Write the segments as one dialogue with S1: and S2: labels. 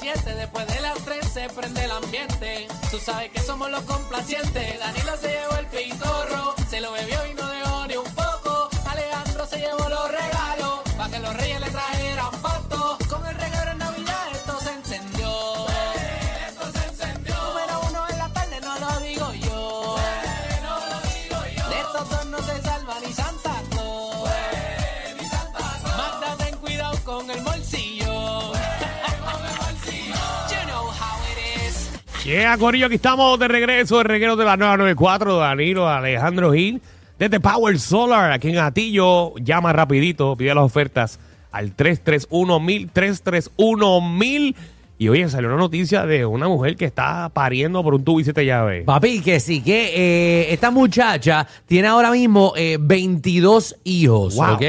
S1: 7, después de las 3 se prende el ambiente. Tú sabes que somos los complacientes. Danilo se llevó el pitorro, se lo bebió y no dejó ni un poco. Alejandro se llevó los regalos, para que los reyes le trajeran pasto. Con el regalo en Navidad esto se encendió. esto se encendió. Número uno en la tarde, no lo digo yo. no lo digo yo. De estos dos no se salva ni Santa Claus. ni Santa Claus. Magda, ten cuidado con el bolsillo. You know how it is.
S2: Yeah, Corillo, aquí estamos de regreso, el reguero de la 994, Danilo Alejandro Gil, desde Power Solar, aquí en Atillo. Llama rapidito, pide las ofertas al 331-1000, 331-1000. Y oye, salió una noticia de una mujer que está pariendo por un tubo y siete llaves.
S3: Papi, que sí, que eh, esta muchacha tiene ahora mismo eh, 22 hijos,
S2: Wow.
S3: ¿ok?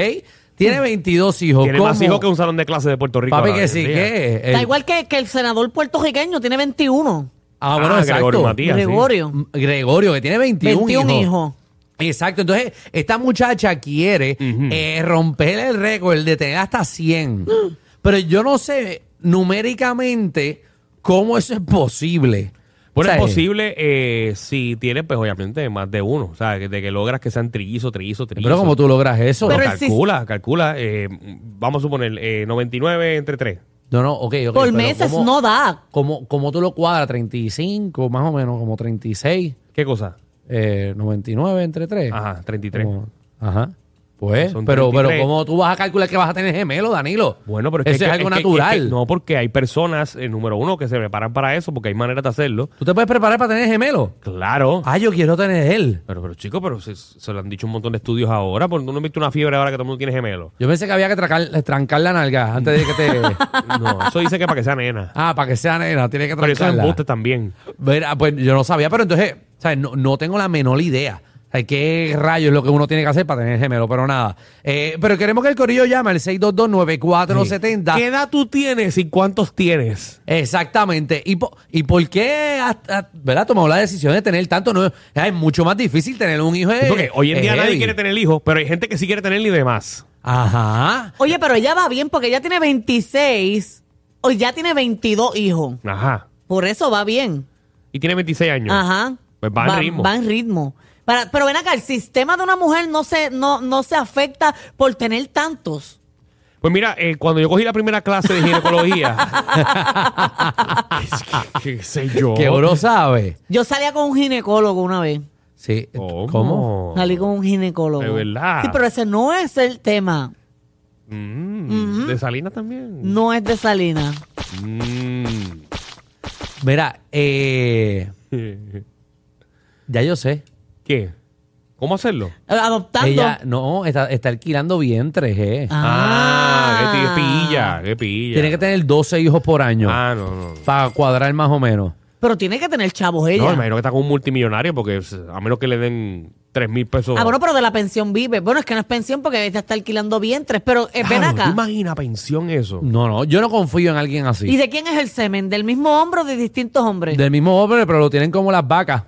S3: Tiene 22 hijos.
S2: Tiene más
S3: ¿Cómo?
S2: hijos que un salón de clase de Puerto Rico.
S3: Papi,
S2: ahora
S3: que sí,
S2: hoy en día.
S3: que... eh,
S4: Da igual que, que el senador puertorriqueño, tiene 21.
S3: Ah,
S2: Ah,
S3: bueno, exacto.
S2: Gregorio Matías. sí.
S4: Gregorio.
S3: M- Gregorio, que tiene 21,
S4: 21
S3: hijos.
S4: hijos.
S3: Exacto, entonces esta muchacha quiere
S2: Ujú.
S3: eh, romper el récord de tener hasta 100. Pero yo no sé numéricamente cómo eso es posible.
S2: Bueno,
S3: O
S2: es
S3: sea,
S2: posible eh, si tienes, pues obviamente, más de uno. O sea, que- de que logras que sean trillizos, trillizos, trillizos.
S3: Pero como tú logras eso.
S2: No,
S4: Pero el sis-
S2: calcula, calcula. eh, vamos a suponer eh, 99 entre 3.
S3: No, no, ok, ok.
S4: Por
S3: pero
S4: meses
S3: ¿cómo-
S4: no da.
S3: ¿Cómo, cómo tú lo cuadras? 35, más o menos, como 36,
S2: ¿Qué cosa?
S3: eh, 99 entre 3.
S2: Ajá, 33.
S3: ajá. Pues,
S2: Son
S3: pero, pero
S2: 33.
S3: ¿cómo tú vas a calcular que vas a tener gemelo, Danilo?
S2: Bueno, pero es
S3: Eso
S2: que,
S3: es
S2: que-
S3: algo
S2: que-
S3: natural.
S2: que- que- no, porque hay personas, eh, número uno, que se preparan para eso, porque hay maneras de hacerlo.
S3: ¿Tú te puedes preparar para tener gemelo?
S2: Claro.
S3: Ah, yo quiero tener él.
S2: Pero, pero chicos, pero se, se lo han dicho un montón de estudios ahora. Porque tú no has visto una fiebre ahora que todo el mundo tiene gemelo.
S3: Yo pensé que había que trancar, trancar la nalga antes de que te...
S2: No, eso dice que para que sea nena.
S3: ah, para que sea nena, tiene que
S2: pero eso es
S3: trancarla.
S2: embuste también.
S3: Verá, pues yo no sabía, pero entonces, ¿sabes? No, no tengo la menor idea. ¿Sabes? ¿Qué rayos es lo que uno tiene que hacer para tener gemelo? Pero nada. Eh, pero queremos que el corillo llame al 622-9470.
S2: ¿Qué edad tú tienes y cuántos tienes?
S3: Exactamente. ¿Y, po- ¿Y por qué has, has- ¿verdad? tomado la decisión de tener tanto? No, es mucho más difícil tener un hijo. eh,
S2: Porque hoy en
S3: eh,
S2: día nadie
S3: heavy.
S2: quiere tener hijos, pero hay gente que sí quiere tener y demás.
S3: Ajá.
S4: Oye, pero ella va bien porque ella tiene 26 o ya tiene 22 hijos.
S2: Ajá.
S4: Por eso va bien.
S2: Y tiene 26 años.
S4: Ajá.
S2: Pues va en ritmo.
S4: Va en ritmo. Para- pero ven acá, el sistema de una mujer no se, no, no se afecta por tener tantos.
S2: Pues mira, eh, cuando yo cogí la primera clase de ginecología, ¿Qué, qué- qué sé yo.
S3: Que oro sabe.
S4: Yo salía con un ginecólogo una vez.
S3: Sí.
S2: ¿Cómo?
S3: ¿Cómo?
S4: Salí con un ginecólogo.
S2: Oh. De verdad.
S4: Sí, pero ese no es el tema.
S2: Mm, De Salinas también.
S4: No es de Salina.
S2: Mm.
S3: Mira, eh, ya yo sé.
S2: ¿Qué? ¿Cómo hacerlo?
S4: Adoptando.
S3: Ella, no, está, está alquilando vientres, eh.
S2: Ah, qué ti- pilla, qué pilla.
S3: Tiene que tener 12 hijos por año.
S2: Ah, no, no. no.
S3: Para cuadrar más o menos.
S4: Pero tiene que tener chavos ella.
S2: No, me imagino que está con un multimillonario porque es- a menos que le den 3 mil pesos.
S4: Ah, bueno, pero de la pensión vive. Bueno, es que no es pensión porque ella está alquilando vientres, pero eh, ven
S2: Claro, ¿Te
S4: acá.
S2: imaginas pensión eso?
S3: No, no, yo no confío en alguien así.
S4: ¿Y de quién es el semen? ¿Del mismo hombre o de distintos hombres?
S3: Del mismo hombre, pero lo tienen como las vacas.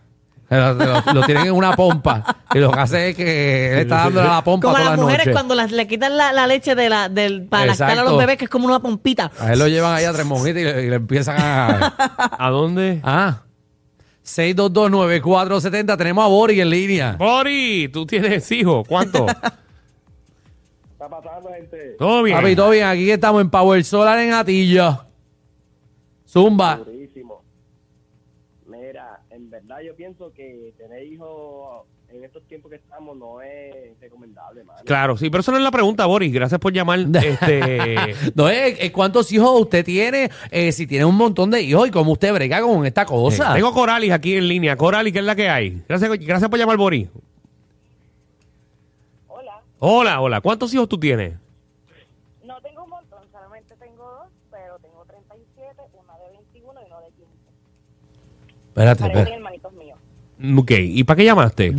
S3: Lo, lo- lo tienen en una pompa. Y lo que hace es que le está dando a la pompa
S4: como a
S3: toda
S4: las
S3: la
S4: mujeres
S3: noche.
S4: cuando las, le quitan la, la leche de la, del, para lactar a
S3: Exacto.
S4: los bebés, que es como una pompita.
S3: A él lo llevan ahí a tres monjitas y le, y le empiezan a.
S2: ¿A dónde?
S3: ah. 6229470. Tenemos a Bori en línea.
S2: Bori, tú tienes hijos. ¿Cuánto?
S5: está pasando, gente?
S2: Todo bien.
S3: Papi, todo bien. Aquí estamos en Power Solar en Atillo. Zumba.
S5: Durísimo. Mira, en verdad yo pienso que tener hijos en estos tiempos que estamos no es recomendable, mano.
S2: Claro, sí, pero eso no es la pregunta, Boris. Gracias por llamar. Este,
S3: No es es cuántos hijos usted tiene, eh, si tiene un montón de hijos y cómo usted brega con esta cosa.
S2: tengo Coralis aquí en línea. Coralis, ¿qué es la que hay? Gracias, gracias por llamar, Boris.
S6: Hola,
S2: Hola, hola. ¿Cuántos hijos tú tienes?
S6: no tengo un montón, solamente tengo dos, pero tengo 37, una de 21 y una de 15.
S3: Espérate,
S6: Parecen hermanitos míos.
S2: Mm, Ok, ¿y para qué llamaste?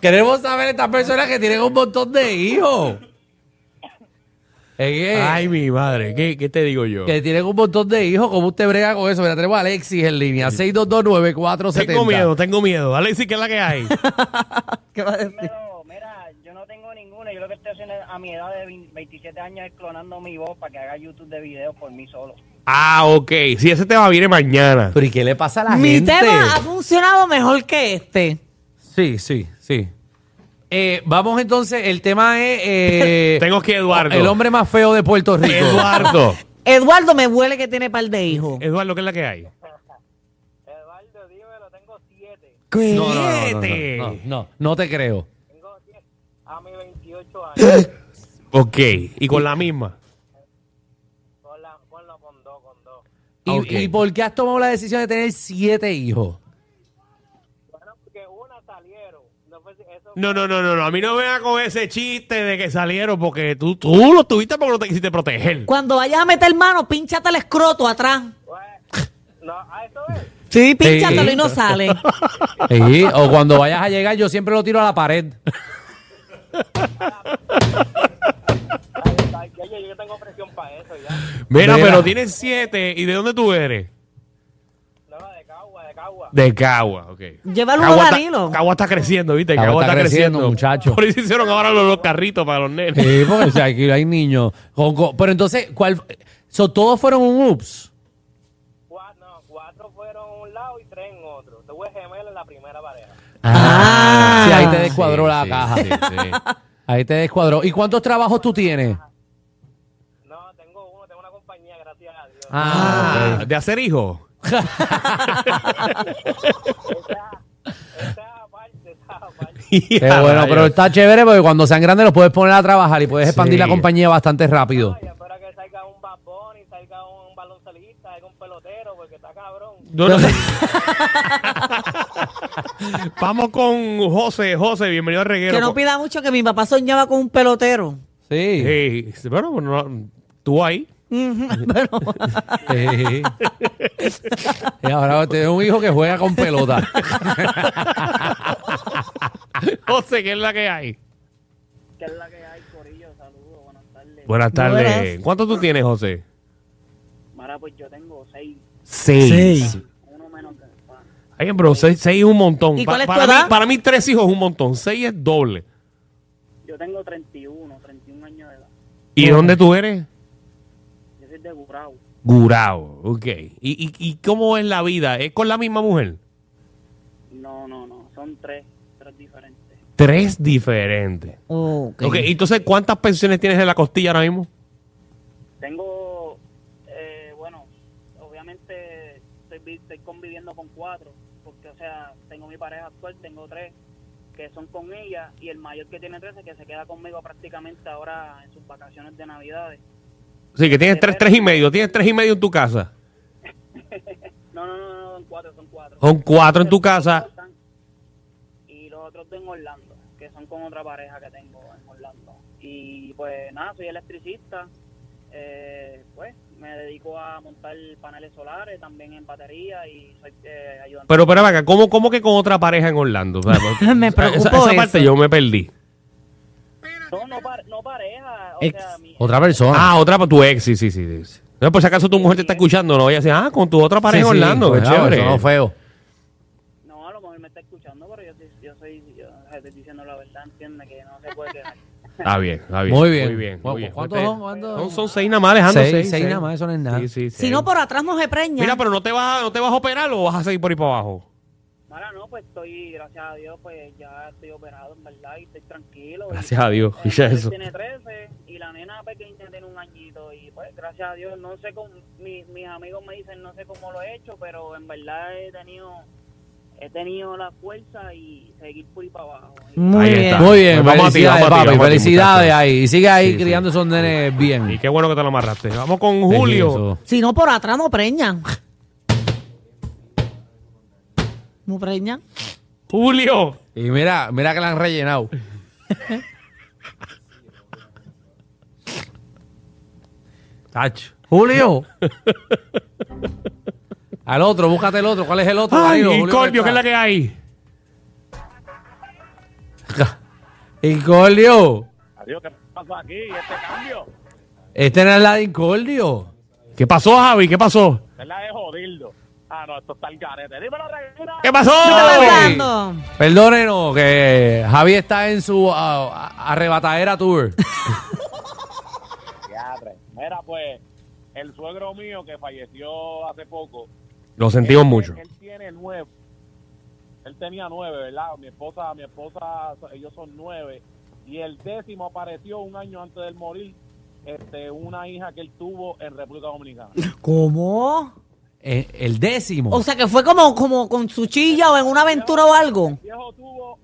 S3: Queremos saber estas personas que tienen un montón de hijos. Es que,
S2: Ay, mi madre, ¿qué, qué te digo yo?
S3: que tienen un montón de hijos. ¿Cómo usted brega con eso? Mira, tenemos a Alexis en línea. 6229470.
S2: Tengo miedo, tengo miedo. Alexis, ¿qué es la que hay?
S4: ¿Qué va a decir?
S5: Pero, mira, yo no tengo ninguna, yo lo que estoy haciendo a mi edad de 20 27 años es clonando mi voz para que haga YouTube de videos por mí solo.
S2: Ah, ok. Si ese tema viene mañana.
S3: Pero ¿y qué le pasa a la
S4: Mi
S3: gente?
S4: tema ha funcionado mejor que este.
S3: Sí, sí, sí. Eh, vamos entonces, el tema es... eh,
S2: Tengo que Eduardo.
S3: El hombre más feo de Puerto Rico.
S2: Eduardo.
S4: Eduardo me huele que tiene par de hijos.
S2: Eduardo, ¿qué es la que hay?
S5: Eduardo, dímelo, tengo siete.
S4: ¿Qué?
S3: No, no, no, no,
S2: Siete.
S3: no, no, no, no te creo.
S5: Tengo diez a mis 28 años.
S2: Ok. Y con la misma.
S5: con la, ponlo con dos, con dos.
S3: ¿Y,
S2: Ok.
S3: y por qué has tomado la decisión de tener siete hijos?
S5: Bueno, porque una salieron. No fue, eso
S2: No, no, no, no, no. A mí no me venga con ese chiste de que salieron porque tú, tú lo tuviste porque no te quisiste proteger.
S4: Cuando vayas a meter mano, pínchate el escroto atrás.
S5: fue- no, a eso es.
S4: Sí, pínchatelo y no sale.
S3: Sí, o cuando vayas a llegar yo siempre lo tiro a la pared.
S5: Ay, ay, Oye, yo tengo presión para eso ya.
S2: Mira,
S3: Mira.
S2: pero tienes siete. ¿Y de dónde tú eres?
S5: No, no, de cagua, de cagua.
S2: De Cagua, ok.
S4: Llévalo a
S2: Cagua
S4: un
S2: está,
S4: Danilo.
S2: Cagua está creciendo, ¿viste?
S3: Cagua
S2: Cagua,
S3: está
S2: está,
S3: creciendo,
S2: creciendo,
S3: muchacho.
S2: Por eso hicieron ahora los, los carritos para los nenes.
S3: Sí, porque o sea, aquí hay niños. con- con- pero entonces, ¿cuál? So, todos fueron un ups.
S5: Cuatro, no, cuatro fueron a un lado y tres en otro. Tuve gemelo en la primera pareja.
S3: Ah, sí, ahí te descuadró
S2: Sí,
S3: la
S2: sí,
S3: caja.
S2: sí, sí.
S3: Ahí te descuadró. ¿Y cuántos trabajos tú tienes?
S5: No, tengo uno, tengo una compañía, gracias a Dios.
S2: Ah,
S3: ok.
S2: de hacer hijos.
S5: Esa, esa aparte, esa aparte.
S3: Qué bueno, pero está chévere porque cuando sean grandes los puedes poner a trabajar y puedes expandir
S2: Sí.
S3: la compañía bastante rápido.
S5: Ay, espero que salga un Bad Bunny, salga un baloncelista, salga un pelotero, porque está cabrón.
S2: No, no. Vamos con José. José, bienvenido al reguero.
S4: Que no pida mucho que mi papá soñaba con un pelotero.
S3: Sí.
S2: Eh, bueno, no, tú ahí.
S3: Sí. Y ahora tienes un hijo que juega con pelota.
S2: José, ¿qué es la que hay?
S5: ¿Qué es la que hay, Corillo? Saludos, buenas tardes.
S2: Buenas
S4: tardes.
S2: tardes. ¿Cuánto tú tienes, José?
S5: Mara, pues yo tengo seis,
S2: Seis.
S5: uno menos que
S2: Ay, bro, seis, seis es un montón.
S4: ¿Y cuál es tu
S2: para,
S4: edad?
S2: mí, para mí, tres hijos es un montón. Seis es doble.
S5: Yo tengo 31, 31 años de edad.
S2: ¿Y de dónde tú eres?
S5: Yo soy de Gurao.
S2: Gurao. Ok. ¿Y, y, y cómo es la vida? ¿Es con la misma mujer?
S5: No, no, no, son tres, tres diferentes.
S2: Tres diferentes.
S4: Ok.
S2: Ok, entonces, ¿cuántas pensiones tienes en la costilla ahora mismo?
S5: Tengo, eh, bueno, obviamente estoy, vi- estoy conviviendo con cuatro, porque, o sea, tengo mi pareja actual, tengo tres que son con ella, y el mayor que tiene 13 que se queda conmigo prácticamente ahora en sus vacaciones de Navidades.
S2: Sí, que tienes tres, tres y medio. Tienes tres y medio en tu casa.
S5: No, no, no, no, son cuatro, son cuatro.
S2: Son cuatro en tu casa.
S5: Y los otros dos en Orlando, que son con otra pareja que tengo en Orlando. Y pues nada, soy electricista. eh, pues me dedico a montar paneles solares, también en batería y soy eh, ayudante.
S2: Pero, pero, acá, ¿cómo, ¿cómo que con otra pareja en Orlando? O sea, porque-
S4: Me
S2: o sea, esa,
S4: preocupó
S2: esa parte
S4: eso.
S2: yo me perdí.
S5: no, no, par- no pareja, o sea, mi,
S3: Otra persona.
S2: Ah, otra para tu ex, sí, sí, sí. sí. No, por si acaso tu mujer te está escuchando, no vayas a decir, ah, con tu otra pareja
S3: Sí,
S2: en
S3: sí,
S2: Orlando, qué
S3: pues, ah,
S2: chévere.
S3: eso no feo.
S5: no, a lo mejor me está escuchando, pero yo, soy- yo soy, yo estoy diciendo la verdad, entiende que no se puede quejar.
S2: Está bien, está bien.
S3: Muy bien.
S2: Muy bien, muy bien.
S3: ¿Cuántos son? ¿Cuántos?
S2: Son, son seis nada más, Alejandro.
S3: Seis, seis nada más, eso no es nada.
S2: Sí, sí,
S4: Si
S2: seis.
S4: no, por atrás no se preña.
S2: Mira, pero no te, vas, a- ¿no te vas a operar o vas a seguir por ahí para abajo?
S5: Mara, no, pues estoy, gracias a Dios, pues ya estoy operado, en verdad, y estoy tranquilo.
S2: Gracias a Dios,
S5: Eh,
S2: escucha
S5: él
S2: eso.
S5: Tiene 13 y la nena pequeña tiene un añito y pues gracias a Dios, no sé cómo, mi- mis amigos me dicen, no sé cómo lo he hecho, pero en verdad he tenido, he tenido la fuerza y seguir por ahí para abajo. Y-
S4: Muy
S2: Ahí
S4: bien.
S2: está.
S3: Muy bien,
S2: Pues vamos a ti,
S3: felicidades,
S2: vamos a ti,
S3: papi.
S2: vamos a ti,
S3: Felicidades
S2: muchacho.
S3: ahí. Y sigue
S2: Sí,
S3: ahí
S2: sí.
S3: criando esos nenes
S2: Y
S3: bien.
S2: qué bueno que te lo amarraste. Vamos con Julio.
S4: Si no, por atrás no preña. ¿No preña?
S2: Julio.
S3: Y mira, mira que la han rellenado. Tacho. Julio. Al otro, búscate el otro. ¿Cuál es el otro?
S2: Ay,
S3: Danilo? Julio,
S2: Incordio, ¿qué es la
S3: ¿dónde
S2: que hay?
S3: está? Incordio.
S5: Adiós, ¿qué pasó aquí? ¿Este cambio?
S3: Este no es la de Incordio.
S2: ¿Qué pasó, Javi? ¿Qué pasó?
S5: Es la de jodildo.
S7: Ah, no, esto está el carete. Dímelo, Regina.
S2: ¿Qué pasó?
S4: ¿Qué está pasando?
S3: Perdónenos que Javi está en su ah, a- arrebatadera tour.
S7: Diadre. Mira, pues, el suegro mío que falleció hace poco.
S2: Lo sentimos
S3: Eh,
S7: él-
S2: mucho.
S7: Él tiene nueve. Él tenía nueve, ¿verdad? Mi esposa, mi esposa, ellos son nueve. Y el décimo apareció un año antes de morir. Este, una hija que él tuvo en República Dominicana.
S4: ¿Cómo?
S3: Eh, el décimo.
S4: O sea, que fue como, como con su chilla o en una aventura o algo.
S7: El viejo tuvo,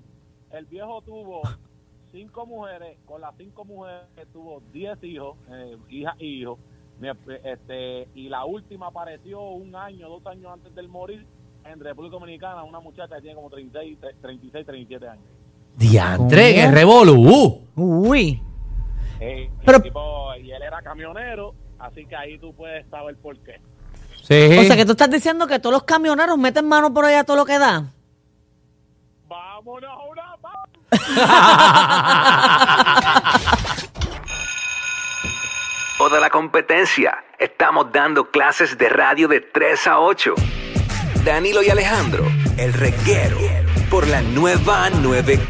S7: el viejo tuvo cinco mujeres, con las cinco mujeres tuvo diez hijos, eh, hijas y hijos, Mi esp- este, y la última apareció un año, dos años antes del morir en República Dominicana, una muchacha que tiene como 36, 36 37 años.
S3: Diantre, que revolú. Uh.
S4: Uy.
S7: Eh,
S4: Pero-
S7: tipo, y él era camionero, así que ahí tú puedes saber por qué.
S3: Sí.
S4: O sea, que tú estás diciendo que todos los camioneros meten mano por allá todo lo que da.
S7: ¡Vámonos a una pausa!
S8: o de la competencia. Estamos dando clases de radio de 3 a 8. Danilo y Alejandro, el reguero, por la nueva 94.